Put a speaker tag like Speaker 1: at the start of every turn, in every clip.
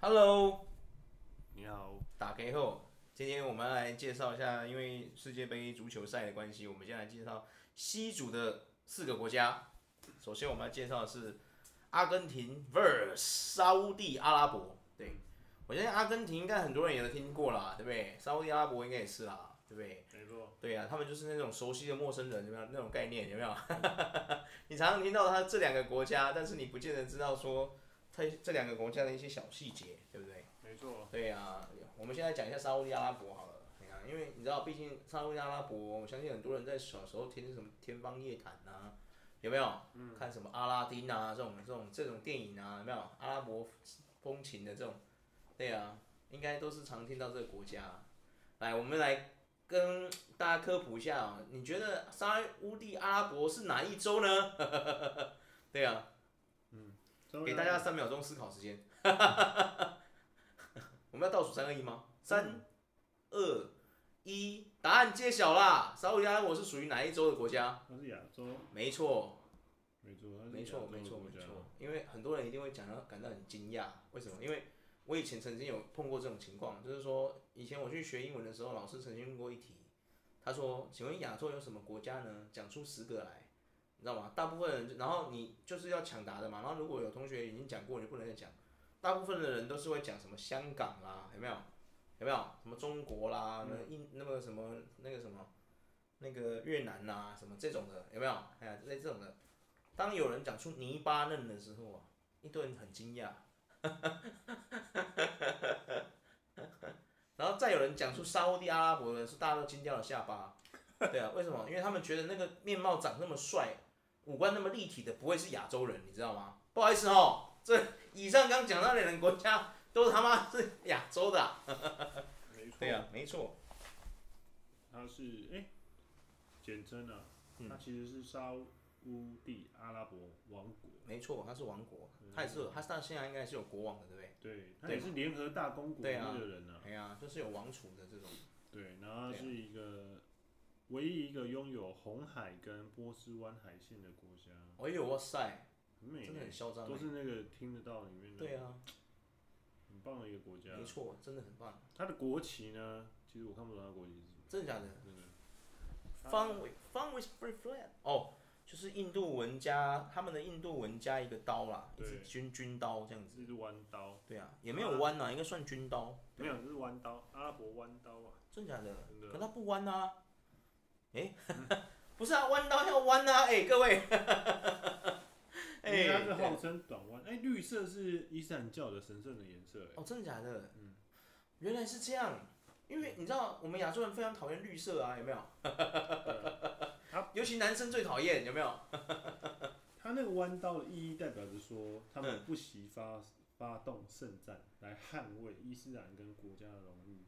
Speaker 1: Hello，
Speaker 2: 你好，
Speaker 1: 打开后，今天我们来介绍一下，因为世界杯足球赛的关系，我们先来介绍西组的四个国家。首先，我们要介绍的是阿根廷 vs 沙乌地阿拉伯。对，我相信阿根廷应该很多人也都听过啦，对不对？沙乌地阿拉伯应该也是啦，对不对？
Speaker 2: 没错，
Speaker 1: 对啊，他们就是那种熟悉的陌生人，有没有那种概念？有没有？ 你常常听到他这两个国家，但是你不见得知道说他这两个国家的一些小细节，对不对？
Speaker 2: 没错，
Speaker 1: 对啊，我们现在讲一下沙烏地阿拉伯好了。哎呀，因为你知道，毕竟沙烏地阿拉伯，我相信很多人在小时候听什么《天方夜谭》呐，有没有？看什么阿拉丁啊这种这种这种电影啊，有没有？阿拉伯风情的这种，对啊，应该都是常听到这个国家。来，我们来跟大家科普一下啊、你觉得沙烏地阿拉伯是哪一州呢？ 对啊，给
Speaker 2: 啊
Speaker 1: 大家三秒钟思考时间。 我们要倒数三二一吗？三、二、一，答案揭晓啦！沙特阿拉伯是属于哪一洲的国家？
Speaker 2: 它是亚洲，
Speaker 1: 没错，
Speaker 2: 没错，它是
Speaker 1: 没
Speaker 2: 亚洲
Speaker 1: 错，
Speaker 2: 的
Speaker 1: 没错，没
Speaker 2: 国家
Speaker 1: 错。因为很多人一定会讲到感到很惊讶，为什么？因为我以前曾经有碰过这种情况，就是说以前我去学英文的时候，老师曾经问过一题，他说：“请问亚洲有什么国家呢？讲出十个来。”你知道吗？大部分人就，然后你就是要抢答的嘛。然后如果有同学已经讲过，你就不能再讲。大部分的人都是会讲什么香港啦，有没有？有没有什么中国啦，
Speaker 2: 嗯
Speaker 1: 那印那么什么那个什么那个越南啦，什么这种的，有没有？哎呀，类这种的。当有人讲出泥巴嫩的时候啊，一堆人很惊讶。 然后再有人讲出沙烏地阿拉伯的时候，大家都惊掉了下巴。对啊，为什么？因为他们觉得那个面貌长那么帅，五官那么立体的，不会是亚洲人，你知道吗？不好意思哦，这以上刚讲到的两个国家都他妈是亚洲的啊、
Speaker 2: 没错，
Speaker 1: 对啊，没错，
Speaker 2: 它是哎，简称啊，
Speaker 1: 嗯
Speaker 2: 它其实是沙乌地阿拉伯王国，
Speaker 1: 没错，他是王国，他也是有，他到现在应该是有国王的，对不对？
Speaker 2: 对，它
Speaker 1: 对
Speaker 2: 也是联合大公国
Speaker 1: 对啊
Speaker 2: 那个人啊，
Speaker 1: 哎呀，就是有王储的这种，
Speaker 2: 对，然后它
Speaker 1: 对啊
Speaker 2: 是一个唯一一个拥有红海跟波斯湾海线的国家，
Speaker 1: 哎呦哇塞，
Speaker 2: 很美
Speaker 1: 真的
Speaker 2: 欸
Speaker 1: 很，嚣张
Speaker 2: 都
Speaker 1: 欸，
Speaker 2: 是那个听得到里面的，
Speaker 1: 对啊，
Speaker 2: 很棒的一个国家
Speaker 1: 没。错，真的很棒，
Speaker 2: 它的国旗呢，其实我看不懂它的国旗是什么，
Speaker 1: 真的假的？
Speaker 2: 真的。
Speaker 1: 方位方位 free flat 哦，就是印度文加他们的印度文加一个刀啦，一
Speaker 2: 对嗯
Speaker 1: 支军军刀这样子，
Speaker 2: 这是弯刀，
Speaker 1: 对啊，也没有弯啊，应该算军刀，
Speaker 2: 没有，这是弯刀，阿拉伯弯刀啊，
Speaker 1: 真的假的？
Speaker 2: 真
Speaker 1: 可
Speaker 2: 的。
Speaker 1: 它不弯啊，诶， 不是啊，弯刀要弯啊，诶，各 位，哎、
Speaker 2: 因为它是
Speaker 1: 对啊
Speaker 2: 号称短弯，哎、绿色是伊斯兰教的神圣的颜色、哎、
Speaker 1: 哦，真的假的？嗯，原来是这样。因为你知道，我们亚洲人非常讨厌绿色啊，有没有？尤其男生最讨厌，有没有？
Speaker 2: 它那个弯刀的意义代表着说，他们不惜发发动圣战来捍卫伊斯兰跟国家的荣誉。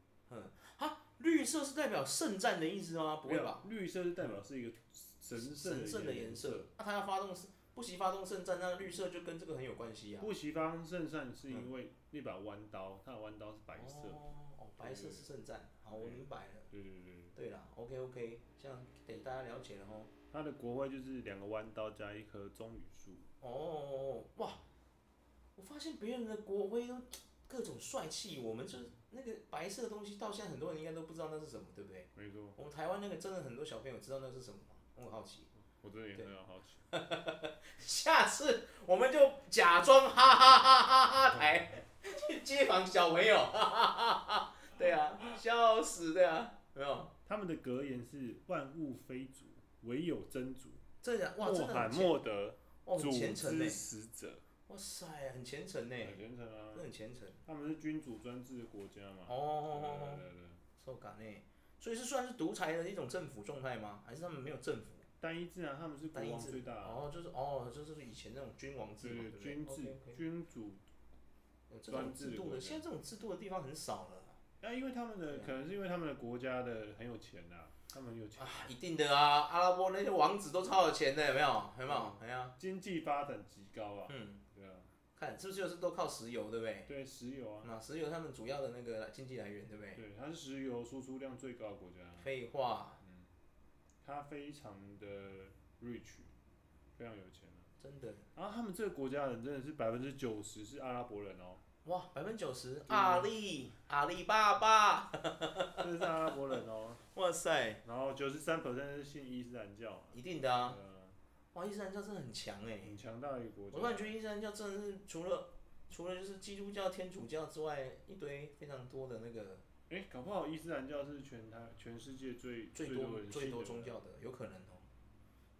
Speaker 1: 绿色是代表圣战的意思吗？不会吧？
Speaker 2: 没有？绿色是代表是一个神圣
Speaker 1: 神圣的颜
Speaker 2: 颜
Speaker 1: 色，那、他要发动是不惜发动圣战，那绿色就跟这个很有关系啊。
Speaker 2: 不惜发动圣战是因为那把弯刀，它的弯刀是白色。
Speaker 1: 哦，哦白色是圣战。好，我明白了。
Speaker 2: 对对对，
Speaker 1: 对啦，OK OK，这样给大家了解了哦。
Speaker 2: 它的国徽就是两个弯刀加一棵棕榈树。
Speaker 1: 哦，哇！我发现别人的国徽都各种帅气，我们就是那个白色的东西，到现在很多人应该都不知道那是什么，对不对？
Speaker 2: 没错，
Speaker 1: 我们台湾那个真的很多小朋友知道那是什么吗？我很好奇。
Speaker 2: 我真的也
Speaker 1: 对
Speaker 2: 很好奇。
Speaker 1: 下次我们就假装哈哈哈哈哈台去街访小朋友，哈哈哈哈。对啊，笑死的啊，有没有？
Speaker 2: 他们的格言是“万物非主，唯有真主”，
Speaker 1: 真的哇，真
Speaker 2: 穆
Speaker 1: 的
Speaker 2: 罕
Speaker 1: 很虔
Speaker 2: 默德，
Speaker 1: 哦，
Speaker 2: 主
Speaker 1: 很虔诚
Speaker 2: 之
Speaker 1: 呢，
Speaker 2: 使者，
Speaker 1: 哇塞，很虔诚呢，
Speaker 2: 很虔诚啊
Speaker 1: 真的。很虔诚。
Speaker 2: 他们是君主专制的国家嘛？
Speaker 1: 哦，
Speaker 2: 对对对，
Speaker 1: 受感呢，所以是算是独裁的一种政府状态吗？还是他们没有政府？
Speaker 2: 单一制啊，他们是国
Speaker 1: 单一
Speaker 2: 王
Speaker 1: 制
Speaker 2: 最大啊，
Speaker 1: 哦，就是哦，就是以前那种君王制嘛，
Speaker 2: 对
Speaker 1: 对
Speaker 2: 对，
Speaker 1: 不
Speaker 2: 君
Speaker 1: 对？
Speaker 2: 制
Speaker 1: OK，OK，
Speaker 2: 君主。
Speaker 1: 有这种制度的，现在这种制度的地方很少了。
Speaker 2: 那因为他们的
Speaker 1: 对啊
Speaker 2: 可能是因为他们的国家的很有钱呐，他们很有钱，
Speaker 1: 啊，一定的啊，阿拉伯那些王子都超有钱的，有没有？有没有？哎呀、
Speaker 2: 经济发展极高啊，
Speaker 1: 嗯，
Speaker 2: 对啊，
Speaker 1: 看是不是就是都靠石油，对不对？
Speaker 2: 对石油啊，
Speaker 1: 那石油他们主要的那个经济来源，对不对？
Speaker 2: 对，它是石油输出量最高的国家啊，
Speaker 1: 废话，
Speaker 2: 它非常的 rich，非常有钱啊。
Speaker 1: 真的
Speaker 2: 然后他们这个国家人真的是百分之九十是阿拉伯人哦，
Speaker 1: 哇，百分之九十，阿里阿里巴巴，
Speaker 2: 这是阿拉伯 人哦，
Speaker 1: 哇塞，
Speaker 2: 然后九十三 percent 是信伊斯兰教，
Speaker 1: 一定的啊！
Speaker 2: 呃，
Speaker 1: 哇，伊斯兰教真的很强哎、
Speaker 2: 很强大的一个国
Speaker 1: 我突然觉
Speaker 2: 家。
Speaker 1: 得伊斯兰教真的是除了除了就是基督教、天主教之外，一堆非常多的那个
Speaker 2: 哎、搞不好伊斯兰教是全台全世界最
Speaker 1: 最
Speaker 2: 多
Speaker 1: 多
Speaker 2: 人
Speaker 1: 最
Speaker 2: 信
Speaker 1: 多
Speaker 2: 的
Speaker 1: 宗教的，有可能哦。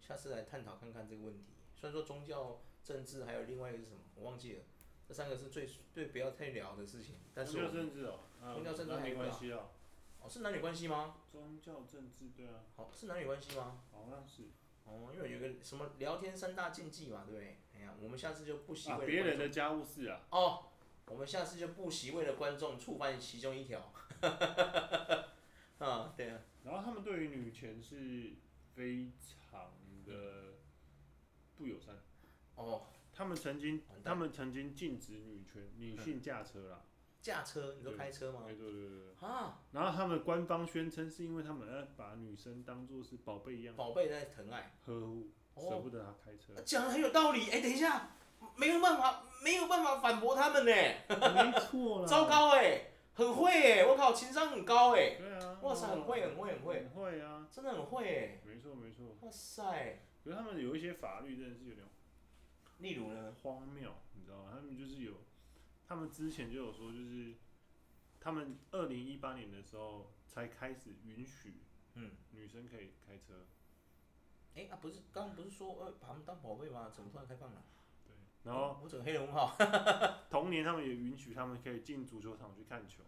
Speaker 1: 下次来探讨看看这个问题。虽然说宗教、政治还有另外一个是什么，我忘记了，这三个是最最不要太聊的事情。但是
Speaker 2: 宗教
Speaker 1: 我
Speaker 2: 政治哦，啊
Speaker 1: 宗教政治
Speaker 2: 那
Speaker 1: 还
Speaker 2: 没
Speaker 1: 有一个
Speaker 2: 关
Speaker 1: 啊
Speaker 2: 系啊。
Speaker 1: 哦，是男女关系吗？
Speaker 2: 宗教政治对啊，
Speaker 1: 好，是男女关系吗？
Speaker 2: 好像是
Speaker 1: 哦，因为有一个什么聊天三大禁忌嘛，对不对？哎呀，我们下次就不惜为
Speaker 2: 啊
Speaker 1: 了，
Speaker 2: 别
Speaker 1: 观
Speaker 2: 人的家务事啊，
Speaker 1: 众哦，我们下次就不惜为了观众触犯其中一条。 啊，对啊，
Speaker 2: 然后他们对于女权是非常
Speaker 1: 嗯
Speaker 2: 的不友善。
Speaker 1: 哦，
Speaker 2: 他们曾经
Speaker 1: 完蛋，
Speaker 2: 他们曾经禁止女权女性驾车啦。
Speaker 1: 驾车，你说开车吗
Speaker 2: 对？哎对对对。
Speaker 1: 啊，
Speaker 2: 然后他们官方宣称是因为他们要把女生当做是宝贝一样
Speaker 1: 宝贝在疼爱，
Speaker 2: 呵护，
Speaker 1: 哦
Speaker 2: 舍不得她开车。
Speaker 1: 啊讲的很有道理。哎，等一下，没有办法，没有办法反驳他们呢，
Speaker 2: 没错啦。
Speaker 1: 糟。糕哎，很会哎，我靠，情商很高哎，
Speaker 2: 对啊。
Speaker 1: 哇塞，很会很会很会，
Speaker 2: 很会啊，
Speaker 1: 真的很会哎，
Speaker 2: 没错没错。
Speaker 1: 哇塞，
Speaker 2: 可是他们有一些法律真的是有点
Speaker 1: 例如呢，
Speaker 2: 荒谬，你知道吗？他们就是有，他们之前就有说，就是他们二零一八年的时候才开始允许
Speaker 1: 嗯。
Speaker 2: 女生可以开车，
Speaker 1: 哎、啊，不是，刚刚不是说呃把他们当宝贝吗？怎么突然开放了？
Speaker 2: 对。然后
Speaker 1: 嗯我整个黑人问号。
Speaker 2: 同年他们也允许他们可以进足球场去看球，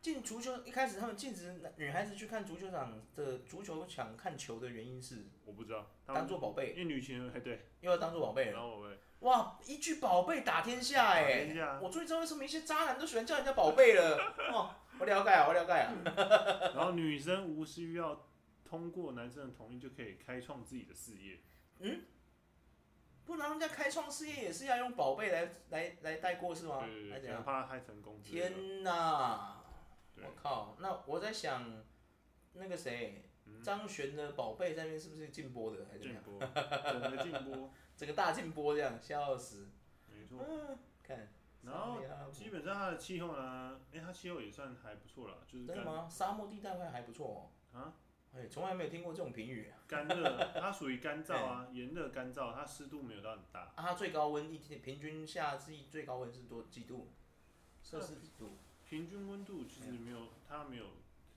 Speaker 1: 进足球一开始他们禁止男女孩子去看足球场的足球场看球的原因是
Speaker 2: 我不知道，他
Speaker 1: 当
Speaker 2: 们
Speaker 1: 做宝
Speaker 2: 因
Speaker 1: 贝，
Speaker 2: 为女权哎对，
Speaker 1: 又要当做宝贝
Speaker 2: 然
Speaker 1: 了。
Speaker 2: 后我会
Speaker 1: 哇，一句宝贝打天下哎、
Speaker 2: 打天下
Speaker 1: 我终于知道为什么一些渣男都喜欢叫人家宝贝 了。哦，我了解啊，我了解啊。
Speaker 2: 然后女生无需要通过男生的同意就可以开创自己的事业，
Speaker 1: 不然人家开创事业也是要用宝贝来来来带过是吗？
Speaker 2: 对对
Speaker 1: 还啊怎
Speaker 2: 对，可能
Speaker 1: 样？
Speaker 2: 怕他太成功之类的，
Speaker 1: 天哪！
Speaker 2: 对
Speaker 1: 我，靠，那我在想，那个谁，
Speaker 2: 嗯
Speaker 1: 张悬的宝贝在那边是不是禁播的，还是怎么
Speaker 2: 进
Speaker 1: 样？
Speaker 2: 波，整个进波，
Speaker 1: 整个大禁播这样，笑死！
Speaker 2: 没错。
Speaker 1: 嗯，看，
Speaker 2: 然后
Speaker 1: 沙利阿伯
Speaker 2: 基本上它的气候呢，哎、它气候也算还不错啦，就是
Speaker 1: 真的
Speaker 2: 干
Speaker 1: 吗？沙漠地带会还不错
Speaker 2: 啊
Speaker 1: 哦，哎，从来没有听过这种评语啊。
Speaker 2: 干热，它属于干 燥啊，炎热干燥，它湿度没有到很大，
Speaker 1: 啊，它最高温一天平均夏季最高温是多几度？摄氏几度？
Speaker 2: 平均温度其实没有，它没有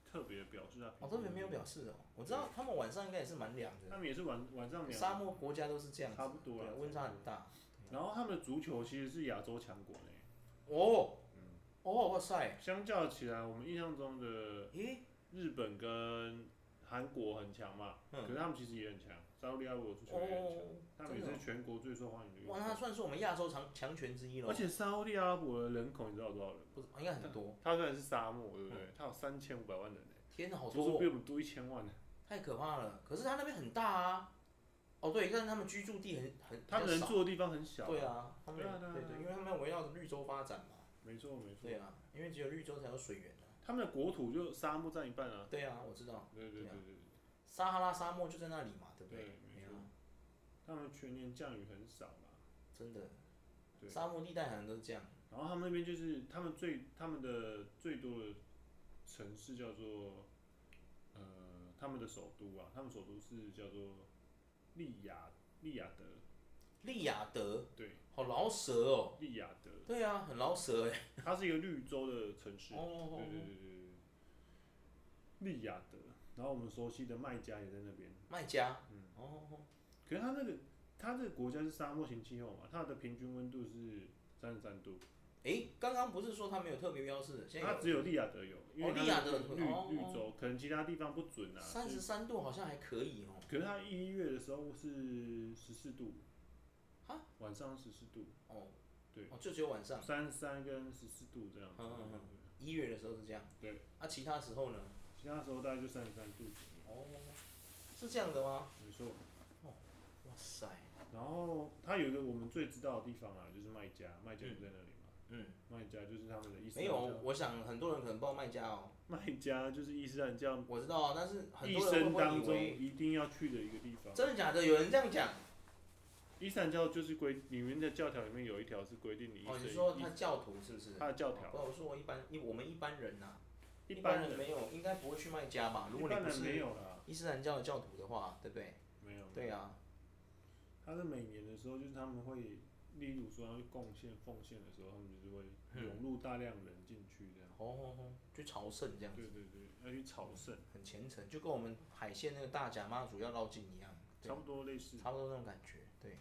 Speaker 2: 特别表示它平均温度。
Speaker 1: 哦，这边没有表示哦。我知道他们晚上应该也是蛮凉
Speaker 2: 他
Speaker 1: 的，
Speaker 2: 们也是晚晚上
Speaker 1: 沙
Speaker 2: 凉，
Speaker 1: 漠国家都是这样子
Speaker 2: 差，不多啊
Speaker 1: 对
Speaker 2: 了，
Speaker 1: 温差很大。
Speaker 2: 然后他们的足球其实是亚洲强国呢，
Speaker 1: 哦，
Speaker 2: 嗯
Speaker 1: 哦，哇塞，
Speaker 2: 相较起来，我们印象中的
Speaker 1: 咦，
Speaker 2: 日本跟韩国很强嘛，
Speaker 1: 嗯
Speaker 2: 可是他们其实也很强，沙特阿拉伯足球也很强，
Speaker 1: 哦，
Speaker 2: 他们也
Speaker 1: 真的哦
Speaker 2: 是全国最受欢迎的运动
Speaker 1: 哇，。那算是我们亚洲强强权之一喽
Speaker 2: 而。且沙特阿拉伯的人口你知道有多少人吗？
Speaker 1: 不是，应该很多。
Speaker 2: 它虽然是沙漠，对不对？它有三千五百万人呢，
Speaker 1: 天哪，好
Speaker 2: 足足
Speaker 1: 多、
Speaker 2: 比
Speaker 1: 嗯哦，
Speaker 2: 我们多一千万呢。
Speaker 1: 太可怕了。可是他那边很大啊。哦，对，但是他们居住地很很
Speaker 2: 他们能
Speaker 1: 比较少
Speaker 2: 住的地方很小，
Speaker 1: 对，啊，他们
Speaker 2: 对啊对啊
Speaker 1: 对
Speaker 2: 对啊
Speaker 1: 对，因为他们围绕着绿洲发展嘛。
Speaker 2: 没错没错
Speaker 1: 对。啊，因为只有绿洲才有水源啊。
Speaker 2: 他们的国土就沙漠占一半啊。
Speaker 1: 对啊，我知道，
Speaker 2: 对对
Speaker 1: 对啊
Speaker 2: 对对，
Speaker 1: 撒哈拉沙漠就在那里嘛，对不对？
Speaker 2: 对没错
Speaker 1: 啊
Speaker 2: 他们全年降雨很少啦。
Speaker 1: 真的，
Speaker 2: 对
Speaker 1: 沙漠地带好像都是这样。
Speaker 2: 然后他们那边就是他们最他们的最多的城市叫做呃他们的首都啊，他们首都是叫做利雅利雅德，
Speaker 1: 利雅得，
Speaker 2: 对，
Speaker 1: 好饶舌哦。
Speaker 2: 利雅德，
Speaker 1: 对啊，很饶舌哎。
Speaker 2: 它是一个绿洲的城市。
Speaker 1: 哦
Speaker 2: 对对对对对对，利雅得，然后我们熟悉的麦加也在那边。
Speaker 1: 卖家，哦，
Speaker 2: 可是它那个它这个国家是沙漠型气候嘛，它的平均温度是三十三度，
Speaker 1: 哎，刚刚不是说他没有特别标示，现在
Speaker 2: 它只有利雅得有，因为
Speaker 1: 哦
Speaker 2: 它
Speaker 1: 利雅得
Speaker 2: 是
Speaker 1: 有
Speaker 2: 绿
Speaker 1: 哦
Speaker 2: 绿洲，可能其他地方不准啊。
Speaker 1: 三
Speaker 2: 就
Speaker 1: 十
Speaker 2: 是
Speaker 1: 三度，好像还可以哦。
Speaker 2: 可是它一月的时候是十四度
Speaker 1: 哈，
Speaker 2: 晚上十四度，
Speaker 1: 哦，
Speaker 2: 对
Speaker 1: 哦，就只有晚上
Speaker 2: 三三跟十四度这样子。
Speaker 1: 嗯嗯嗯一月的时候是这样，
Speaker 2: 对，
Speaker 1: 啊，其他时候呢？
Speaker 2: 其他时候大概就三十三度左右，
Speaker 1: 哦，是这样的吗？
Speaker 2: 没错。
Speaker 1: 哇塞，
Speaker 2: 然后它有一个我们最知道的地方啊，就是麦加，麦加就在那里嘛。
Speaker 1: 嗯，
Speaker 2: 麦加就是他们的伊斯
Speaker 1: 没
Speaker 2: 兰
Speaker 1: 有，
Speaker 2: 教，
Speaker 1: 我想很多人可能不知道卖家哦，
Speaker 2: 麦加就是伊斯兰教
Speaker 1: 我知道，啊但是很
Speaker 2: 一
Speaker 1: 多人
Speaker 2: 生
Speaker 1: 会
Speaker 2: 当
Speaker 1: 不
Speaker 2: 中
Speaker 1: 会以为
Speaker 2: 一定要去的一个地方。
Speaker 1: 真的假的？有人这样讲？
Speaker 2: 伊斯兰教就是规里面的教条里面有一条是规定你一
Speaker 1: 哦，你
Speaker 2: 生、
Speaker 1: 说他教徒是不是？
Speaker 2: 他的教
Speaker 1: 不，
Speaker 2: 条，
Speaker 1: 我说我一般一我们一般人呐、
Speaker 2: 一
Speaker 1: 般
Speaker 2: 般人
Speaker 1: 没有，应该不会去卖家吧？如果
Speaker 2: 一
Speaker 1: 你
Speaker 2: 般
Speaker 1: 不
Speaker 2: 人没
Speaker 1: 是
Speaker 2: 有啦，
Speaker 1: 伊斯兰教的教徒的话，对不对？
Speaker 2: 没有。
Speaker 1: 对啊，
Speaker 2: 他是每年的时候，就是他们会，例如说要去贡献奉献的时候，他们就是会
Speaker 1: 嗯
Speaker 2: 涌入大量人进去这样。
Speaker 1: 哦哦哦，去朝圣这样子，
Speaker 2: 对对对，要去朝圣，
Speaker 1: 很虔诚，就跟我们海线那个大甲妈祖要绕境一样，对啊
Speaker 2: 差不多类似。
Speaker 1: 差不多那种感觉。对，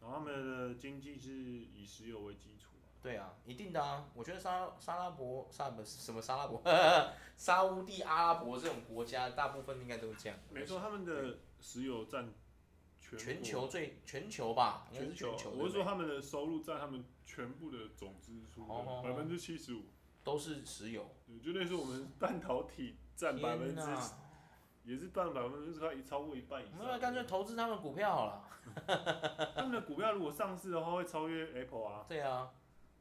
Speaker 2: 然后他们的经济是以石油为基础啊，
Speaker 1: 对啊，一定的啊。我觉得沙沙拉伯沙不是什么沙拉伯， 沙乌地阿拉伯这种国家，大部分应该都是这样。
Speaker 2: 没错，他们的石油占全
Speaker 1: 全
Speaker 2: 国
Speaker 1: 球最全球吧，应该
Speaker 2: 全
Speaker 1: 是全球。
Speaker 2: 我
Speaker 1: 对不
Speaker 2: 是说
Speaker 1: 对
Speaker 2: 他们的收入占他们全部的总支出
Speaker 1: 哦哦哦
Speaker 2: 的百分之七十五，
Speaker 1: 都是石油，
Speaker 2: 对就类似我们半导体占百分
Speaker 1: 天
Speaker 2: 之，
Speaker 1: 哪！
Speaker 2: 也是占百分之快一超过一半以
Speaker 1: 我
Speaker 2: 上。
Speaker 1: 们要干脆投资他们股票好了。
Speaker 2: 他们的股票如果上市的话，会超越 Apple 啊，
Speaker 1: 对 啊，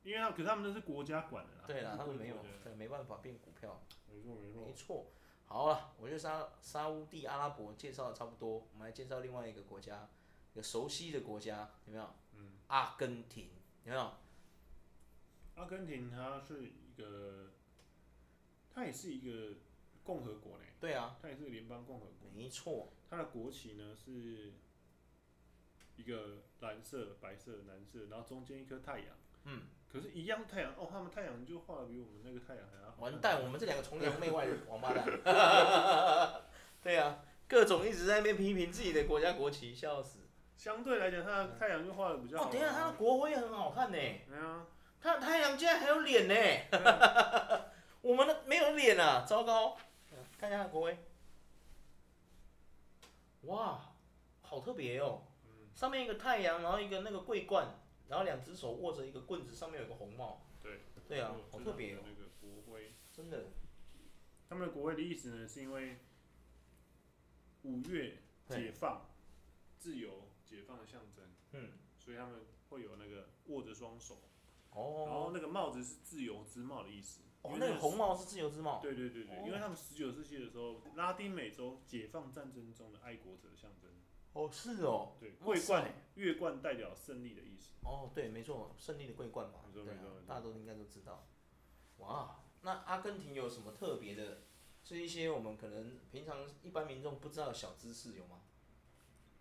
Speaker 2: 因为他可是他们那是国家管的啦。
Speaker 1: 对啦，啊他们没有
Speaker 2: 是国，家
Speaker 1: 对，没办法变股票，
Speaker 2: 没错没
Speaker 1: 没
Speaker 2: 错。
Speaker 1: 错。好了，我觉得沙沙乌地阿拉伯介绍的差不多，我们来介绍另外一个国家，一个熟悉的国家，有没有？
Speaker 2: 嗯，
Speaker 1: 阿根廷，有没有？
Speaker 2: 阿根廷它是一个，它也是一个共和国呢，
Speaker 1: 对啊，
Speaker 2: 它也是个联邦共和国。
Speaker 1: 没错，
Speaker 2: 它的国旗呢是一个蓝色、白色、蓝色，然后中间一颗太阳。
Speaker 1: 嗯，
Speaker 2: 可是，一样太阳哦，他们太阳就画的比我们那个太阳还要好
Speaker 1: 完蛋，我们这两个崇洋媚外的王八蛋。 对啊，各种一直在那边批评自己的国家国旗，笑死。
Speaker 2: 相对来讲，它的太阳就画的比较好
Speaker 1: 哦，
Speaker 2: 啊。
Speaker 1: 等一下，他的国徽很好看呢，
Speaker 2: 对啊，
Speaker 1: 他的太阳竟然还有脸呢。嗯 我们的没有脸啊，糟糕。看一下他的国徽，哇，好特别哦。
Speaker 2: 嗯，
Speaker 1: 上面一个太阳，然后一个那个桂冠，然后两只手握着一个棍子，上面有个红帽。
Speaker 2: 对。
Speaker 1: 对啊，
Speaker 2: 这
Speaker 1: 好
Speaker 2: 是
Speaker 1: 特别哦
Speaker 2: 他，们的那个国徽。
Speaker 1: 真的。
Speaker 2: 他们的国徽的意思呢，是因为五月解放、自由、解放的象征，
Speaker 1: 嗯，
Speaker 2: 所以他们会有那个握着双手，然
Speaker 1: 哦
Speaker 2: 后，那个帽子是自由之帽的意思。
Speaker 1: 哦，
Speaker 2: 因为
Speaker 1: 那个红。帽是自由之帽。
Speaker 2: 对对对对，
Speaker 1: 哦
Speaker 2: 因为他们十九世纪的时候，拉丁美洲解放战争中的爱国者象征。
Speaker 1: 哦，是哦。
Speaker 2: 对，
Speaker 1: 哇
Speaker 2: 桂
Speaker 1: 塞
Speaker 2: 冠，月冠代表胜利的意思。
Speaker 1: 哦，对，没错，胜利的桂冠嘛，
Speaker 2: 没
Speaker 1: 对
Speaker 2: 错
Speaker 1: 啊
Speaker 2: 没错没错
Speaker 1: 大家都应该都知道。哇，那阿根廷有什么特别的？是一些我们可能平常一般民众不知道的小知识有吗？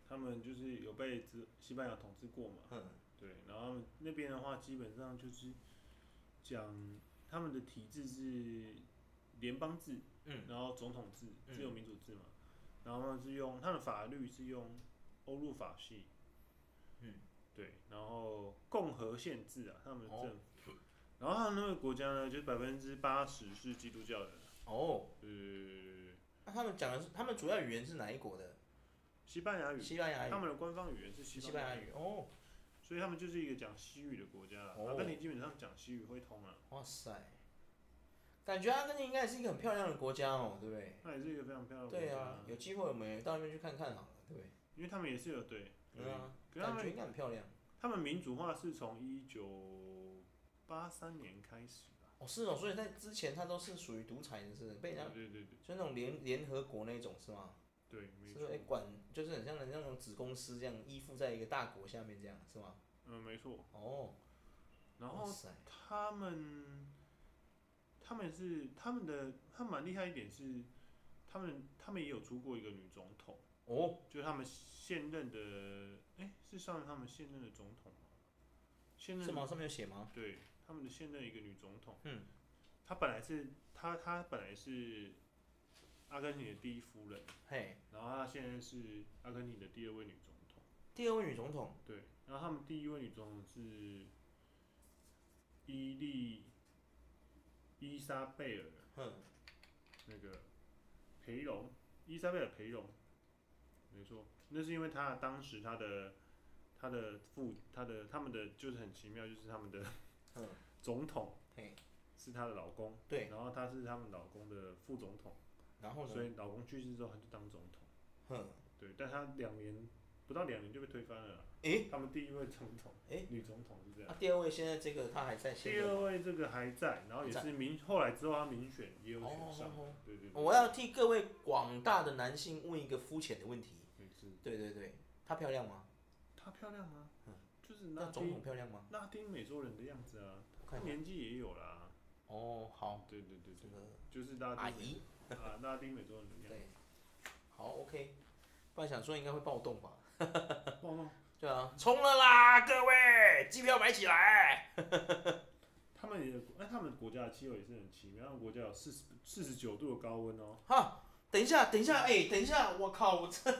Speaker 2: 他们就是有被殖西班牙统治过嘛，
Speaker 1: 嗯，
Speaker 2: 对，然后他们那边的话，基本上就是讲他们的体制是联邦制，
Speaker 1: 嗯，
Speaker 2: 然后总统制，
Speaker 1: 嗯
Speaker 2: 自由民主制嘛，然后他们是用他们的法律是用欧陆法系，
Speaker 1: 嗯，
Speaker 2: 对，然后共和宪制啊，他们的
Speaker 1: 哦
Speaker 2: 政府，然后他们那个国家呢，就是百分之八十是基督教的，呃
Speaker 1: 哦，
Speaker 2: 对对对对对对，
Speaker 1: 那他们讲的是他们主要语言是哪一国的？
Speaker 2: 西班牙语，
Speaker 1: 西班牙
Speaker 2: 他
Speaker 1: 语、
Speaker 2: 们的官方语言是
Speaker 1: 西班牙语。哦，
Speaker 2: 所以他们就是一个讲西语的国家啦。
Speaker 1: 哦
Speaker 2: 阿根廷基本上讲西语会通啊，
Speaker 1: 哇塞，感觉阿根廷应该也是一个很漂亮的国家哦，对不对？
Speaker 2: 那也是一个非常漂亮的国
Speaker 1: 对
Speaker 2: 家
Speaker 1: 啊
Speaker 2: 啊，，
Speaker 1: 有机会我们也到那边去看看好了，对不对？
Speaker 2: 因为他们也是有对，
Speaker 1: 对啊，
Speaker 2: 嗯可是他
Speaker 1: 感觉应
Speaker 2: 们
Speaker 1: 该很漂亮。
Speaker 2: 他们民主化是从一九八三年开始吧？
Speaker 1: 哦，是哦，所以在之前他都是属于独裁的，是不是被
Speaker 2: 对
Speaker 1: 人家
Speaker 2: 对对对
Speaker 1: 就那种联联合国那种是吗？
Speaker 2: 对，没
Speaker 1: 是
Speaker 2: 错
Speaker 1: 不是，哎管就是很像人家那种子公司这样依附在一个大国下面这样是吗？
Speaker 2: 嗯没错。
Speaker 1: 哦，
Speaker 2: 然
Speaker 1: 哇
Speaker 2: 后
Speaker 1: 塞，
Speaker 2: 他们他们是他们的他们蛮厉害一点是，他们他们也有出过一个女总统，
Speaker 1: 哦，
Speaker 2: 就是他们现任的哎、是上他们现任的总统吗？现任
Speaker 1: 是吗？上面有写吗？
Speaker 2: 对，他们的现任一个女总统，
Speaker 1: 嗯，
Speaker 2: 她本来是她她本来是阿根廷的第一夫人，
Speaker 1: 嘿，
Speaker 2: 然后她现在是阿根廷的第二位女总统，
Speaker 1: 第二位女总统
Speaker 2: 对，然后他们第一位女总统是伊丽伊莎贝尔
Speaker 1: 哼，
Speaker 2: 那个培荣，伊莎贝尔培荣，没错，那是因为她当时她的她的父她的他们的就是很奇妙，就是他们的
Speaker 1: 嗯
Speaker 2: 总统
Speaker 1: 嘿，
Speaker 2: 是她的老公。
Speaker 1: 对，
Speaker 2: 然后她是他们老公的副总统，
Speaker 1: 然后
Speaker 2: 所
Speaker 1: 呢？
Speaker 2: 以老公去世之后，她就当总统。
Speaker 1: 哼，
Speaker 2: 对，但她两年不到两年就被推翻了。
Speaker 1: 诶
Speaker 2: 他们第一位总统，
Speaker 1: 诶
Speaker 2: 女总统是这样。
Speaker 1: 啊，第二位现在这个他还在现
Speaker 2: 第
Speaker 1: 任
Speaker 2: 二位这个还在，然后也
Speaker 1: 还
Speaker 2: 是民，后来之后她民选也有
Speaker 1: 哦
Speaker 2: 选上。
Speaker 1: 哦
Speaker 2: 对对
Speaker 1: 哦
Speaker 2: 对，
Speaker 1: 我要替各位广大的男性问一个肤浅的问题，
Speaker 2: 没事。
Speaker 1: 对对对，她漂亮吗？
Speaker 2: 她她漂亮吗？就是
Speaker 1: 那
Speaker 2: 拉
Speaker 1: 嗯总
Speaker 2: 丁
Speaker 1: 统漂亮吗？
Speaker 2: 拉丁美洲人的样子啊，她
Speaker 1: 看
Speaker 2: 年纪也有啦。
Speaker 1: 哦，好，
Speaker 2: 对对对
Speaker 1: 这
Speaker 2: 对，
Speaker 1: 个
Speaker 2: 就是拉
Speaker 1: 阿
Speaker 2: 丁美
Speaker 1: 姨，
Speaker 2: 啊，拉丁美洲人的样子。
Speaker 1: 对，好，OK。不然想说应该会暴动吧？
Speaker 2: 哇哇
Speaker 1: 对啊，冲了啦，各位，机票买起来。
Speaker 2: 他们也，哎，他们国家的气候也是很奇妙，他们国家有四十四十九度的高温哦。
Speaker 1: 哈，等一下，等一下，哎、等一下，我靠，我这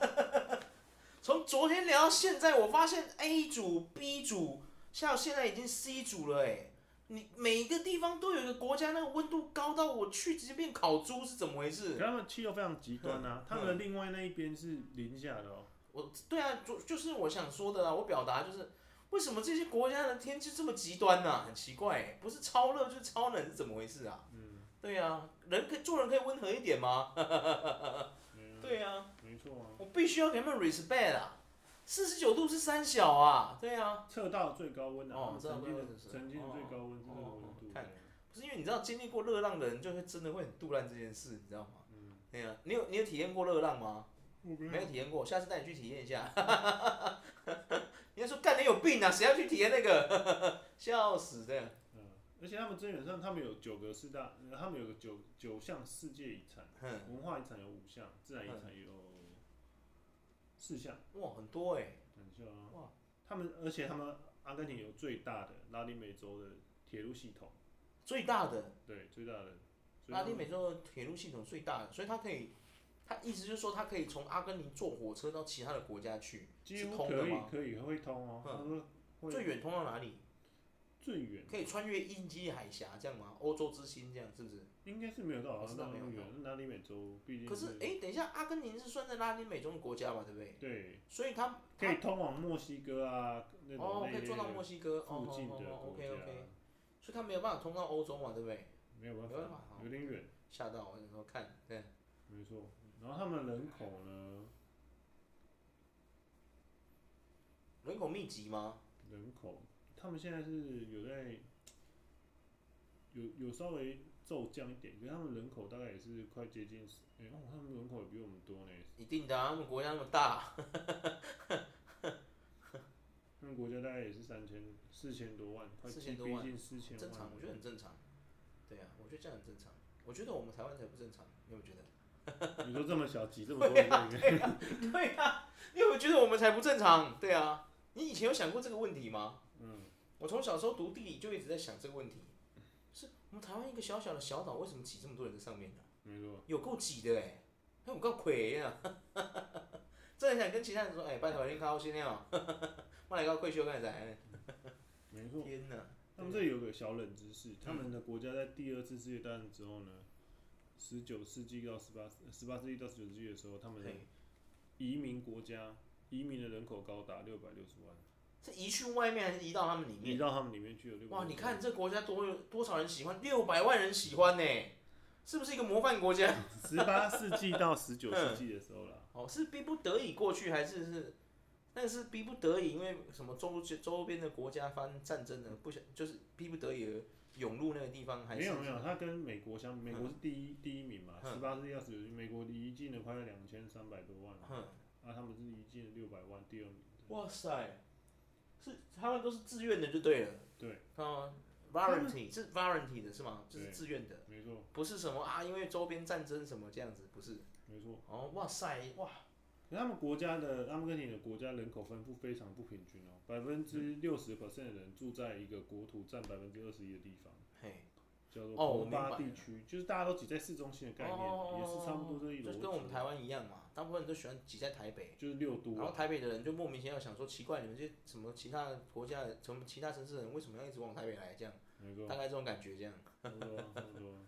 Speaker 1: 从昨天聊到现在，我发现 A 组、B 组，像现在已经 C 组了、哎，你每一个地方都有一个国家，那个温度高到我去直接变烤猪是怎嗯么回
Speaker 2: 可
Speaker 1: 事？
Speaker 2: 他们气候非常极端啊，他们的另外那一边是零下的哦。
Speaker 1: 我对啊，就就是我想说的啊，我表达就是为什么这些国家的天气这么极端呢、很奇怪、欸，不是超热就是超冷，是怎么回事啊？
Speaker 2: 嗯，
Speaker 1: 对啊，人可以做人可以温和一点吗？
Speaker 2: 嗯，
Speaker 1: 对啊，
Speaker 2: 没错啊。
Speaker 1: 我必须要给他们 respect 啊，四十九度是三小啊，对啊，
Speaker 2: 测到最高温啊，
Speaker 1: 哦
Speaker 2: 他们曾经的
Speaker 1: 测到最高温是
Speaker 2: 曾经的最高温是这个
Speaker 1: 哦
Speaker 2: 温度
Speaker 1: 看
Speaker 2: 的。
Speaker 1: 不是因为你知道经历过热浪的人就会真的会很杜烂这件事，你知道吗？
Speaker 2: 嗯，
Speaker 1: 对啊，你有你有体验过热浪吗？
Speaker 2: 我没
Speaker 1: 没有体验过，下次带你去体验一下。 人家说干你有病啊，谁要去体验那个？ 笑死这样。
Speaker 2: 嗯，而且他们基本上他们有九个四大，呃他们有个九九项世界遗产，
Speaker 1: 哼，
Speaker 2: 文化遗产有五项，自然遗产有四项，
Speaker 1: 哇，很多哎、
Speaker 2: 等一下啊。
Speaker 1: 哇
Speaker 2: 他们而且他们阿根廷有最大的拉丁美洲的铁路系统，
Speaker 1: 最大的
Speaker 2: 对，最大的。所以
Speaker 1: 拉
Speaker 2: 他
Speaker 1: 丁
Speaker 2: 们
Speaker 1: 美洲的铁路系统最大的，所以它可以，它意思就是说它可以从阿根廷坐火车到其他的国家去，
Speaker 2: 几
Speaker 1: 是
Speaker 2: 乎
Speaker 1: 通的
Speaker 2: 可以
Speaker 1: 吗
Speaker 2: 可以会通哦。
Speaker 1: 嗯
Speaker 2: 他说会
Speaker 1: 最远通到哪里？
Speaker 2: 最远
Speaker 1: 可以穿越印基海峡这样吗？欧洲之星这样是不是？
Speaker 2: 应该是没有到
Speaker 1: 我
Speaker 2: 好
Speaker 1: 知
Speaker 2: 像
Speaker 1: 道
Speaker 2: 那么
Speaker 1: 没有
Speaker 2: 远，那拉丁美洲毕竟
Speaker 1: 可是哎、等一下，阿根廷是算在拉丁美洲的国家嘛，对不对？
Speaker 2: 对，
Speaker 1: 所以它
Speaker 2: 可以通往墨西哥啊那种
Speaker 1: 啊哦
Speaker 2: 那
Speaker 1: 可以
Speaker 2: 一
Speaker 1: 坐到
Speaker 2: 类的
Speaker 1: 墨西哥哦
Speaker 2: 附近的
Speaker 1: 哦
Speaker 2: 国
Speaker 1: ，OK
Speaker 2: 家，
Speaker 1: OK，所以它没有办法通到欧洲嘛，对不对？
Speaker 2: 没有办
Speaker 1: 没办法
Speaker 2: 法，嗯有点远，
Speaker 1: 吓到我，那时候看，对，
Speaker 2: 没错。然后他们人口呢，
Speaker 1: 人口密集吗？
Speaker 2: 人口他们现在是有在有有稍微骤降一点，可是他们人口大概也是快接近十，哎、哦，他们人口也比我们多呢。
Speaker 1: 一定的、啊，他们国家那么大，
Speaker 2: 他们国家大概也是三千四千多万，快接
Speaker 1: 4000多万
Speaker 2: 逼近四千万，
Speaker 1: 正常，我觉得很正常。对啊，我觉得这样很正常。我觉得我们台湾才不正常，你有没有觉得？
Speaker 2: 得你说这么小挤这么多人在里面，
Speaker 1: 对啊，你有没有觉得我们才不正常？对啊，你以前有想过这个问题吗？
Speaker 2: 嗯，
Speaker 1: 我从小时候读地理就一直在想这个问题，是我们台湾一个小小的小岛，为什么挤这么多人在上面呢、
Speaker 2: 没错。
Speaker 1: 有够挤的哎、欸，还有够亏呀！ 真的很想跟其他人说，哎、拜托您靠心了， 我来个退休干啥呢？
Speaker 2: 没错，
Speaker 1: 哎天哪！
Speaker 2: 他们这里有个小冷知识，他
Speaker 1: 嗯
Speaker 2: 们的国家在第二次世界大战之后呢，十九世纪到十八十八世纪到十九世纪的时候，他们的
Speaker 1: 对，
Speaker 2: 移民国家移民的人口高达六百六十万，
Speaker 1: 是移去外面还是移到他们里面
Speaker 2: 移？到他们里面去有六
Speaker 1: 哇，你看这国家多有多少人喜欢，六百万人喜欢呢、是不是一个模范国家？
Speaker 2: 十八世纪到十九世纪的时候啦，
Speaker 1: 哦，是逼不得已过去，还是是那个是逼不得已，因为什么周周边的国家发生战争了，不想就是逼不得已而涌入那个地方，还是
Speaker 2: 没有没有，它跟美国相，美国是第一第一名嘛，
Speaker 1: 嗯
Speaker 2: 十八世纪到十九世纪，美国移进了快要两千三百多万了，
Speaker 1: 哼，
Speaker 2: 啊，他们是移进了六百万，第二名，
Speaker 1: 哇塞，是他们都是自愿的就对了，
Speaker 2: 对，
Speaker 1: 啊
Speaker 2: 们
Speaker 1: ，voluntary 是 voluntary 的是吗？就是
Speaker 2: 对
Speaker 1: 自愿的，
Speaker 2: 没错
Speaker 1: 不是什么啊，因为周边战争什么这样子，不是？
Speaker 2: 没错。
Speaker 1: 哦，哇塞，哇，
Speaker 2: 可是他们国家的阿根廷的国家人口分布非常不平均哦，百分之
Speaker 1: 嗯
Speaker 2: 六十 percent 的人住在一个国土占百分之二十一的地方，
Speaker 1: 嘿，
Speaker 2: 叫做
Speaker 1: 哦我
Speaker 2: 国
Speaker 1: 明
Speaker 2: 巴
Speaker 1: 白哦
Speaker 2: 地区，就是大家都挤在市中心的概念，也是差不多这一
Speaker 1: 就
Speaker 2: 逻
Speaker 1: 是
Speaker 2: 辑。
Speaker 1: 跟我们台湾一样嘛，大部分人都喜欢挤在台北，
Speaker 2: 就是六都
Speaker 1: 然后
Speaker 2: 啊，
Speaker 1: 台北的人就莫名其妙想说，奇怪，你们这什么其他国家的、什么其他城市的人为什么要一直往台北来？这样，
Speaker 2: 没错
Speaker 1: 大，概这种感觉这样。
Speaker 2: 差不多啊，差不多啊。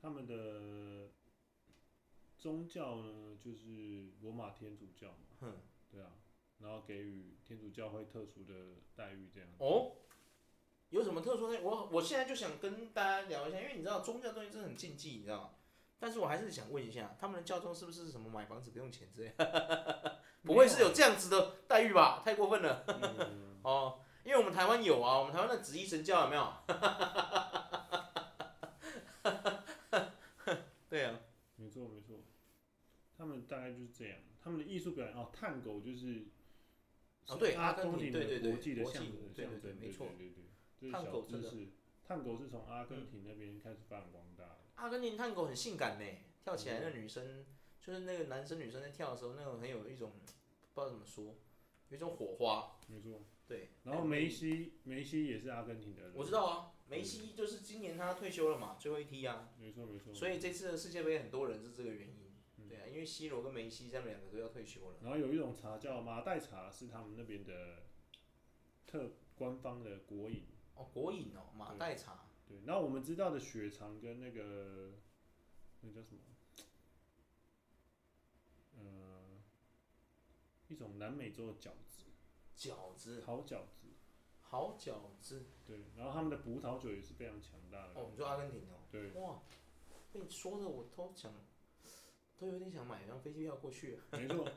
Speaker 2: 他们的宗教呢，就是罗马天主教嘛，
Speaker 1: 哼，
Speaker 2: 对啊，然后给予天主教会特殊的待遇，这样。
Speaker 1: 哦，有什么特殊呢？我我现在就想跟大家聊一下，因为你知道宗教东西真的很禁忌，你知道吗？但是我还是想问一下，他们的教宗是不是什么买房子不用钱之类的？不会是有啊这样子的待遇吧？太过分了
Speaker 2: 嗯
Speaker 1: 哦！因为我们台湾有啊，我们台湾的紫衣神教有没有？ 对啊，
Speaker 2: 没错没错，他们大概就是这样。他们的艺术表演哦，探狗就是
Speaker 1: 哦对
Speaker 2: 是
Speaker 1: 阿
Speaker 2: 阿
Speaker 1: 根廷
Speaker 2: 廷
Speaker 1: 对对对
Speaker 2: 国际的
Speaker 1: 国
Speaker 2: 象
Speaker 1: 际
Speaker 2: 征
Speaker 1: 对对
Speaker 2: 象
Speaker 1: 对
Speaker 2: 征，
Speaker 1: 没错
Speaker 2: 对对对，这是
Speaker 1: 探
Speaker 2: 小
Speaker 1: 狗真
Speaker 2: 知
Speaker 1: 的嗯
Speaker 2: 识。探狗是从阿根廷那边开始发扬光大的，
Speaker 1: 阿根廷探戈很性感呢，跳起来那女生就是那个男生女生在跳的时候，那种很有一种不知道怎么说，有一种火花。
Speaker 2: 没错。
Speaker 1: 对，
Speaker 2: 然后梅西，梅西也是阿根廷的人，
Speaker 1: 哎我知道啊，梅西就是今年他退休了嘛，最后一踢啊，
Speaker 2: 没错没错。
Speaker 1: 所以这次的世界杯很多人是这个原
Speaker 2: 嗯
Speaker 1: 因。对啊，因为 C 罗跟梅西他们两个都要退休了。
Speaker 2: 然后有一种茶叫马黛茶，是他们那边的特官方的国饮。
Speaker 1: 哦，国饮哦，马黛茶，
Speaker 2: 对，然后我们知道的血肠跟那个那叫什么，呃，一种南美洲的饺子，
Speaker 1: 饺子，
Speaker 2: 好饺子。
Speaker 1: 好饺子。
Speaker 2: 对，然后他们的葡萄酒也是非常强大的。
Speaker 1: 哦，你说阿根廷哦，
Speaker 2: 对，
Speaker 1: 哇，被你说的我都想，都有点想买张飞机票过去，
Speaker 2: 没 错。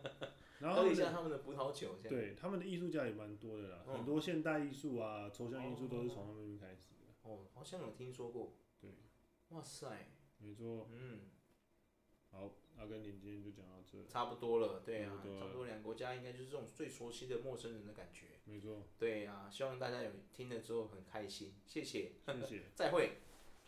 Speaker 2: 然
Speaker 1: 喝
Speaker 2: 后他
Speaker 1: 一
Speaker 2: 们的
Speaker 1: 下他们的葡萄酒，这样。
Speaker 2: 哦对他们的艺术家也蛮多的啦，
Speaker 1: 嗯
Speaker 2: 很多现代艺术啊、抽象艺术都是从他们那边开始的。
Speaker 1: 哦，好像有听说过。
Speaker 2: 对，
Speaker 1: 哇塞，
Speaker 2: 没错。
Speaker 1: 嗯，
Speaker 2: 好，阿根廷今天就讲到这，
Speaker 1: 差不多了，对啊
Speaker 2: 差不多，了
Speaker 1: 差不多两个国家应该就是这种最熟悉的陌生人的感觉，
Speaker 2: 没错，
Speaker 1: 对啊，希望大家有听了之后很开心，谢谢，
Speaker 2: 谢谢。
Speaker 1: 再会。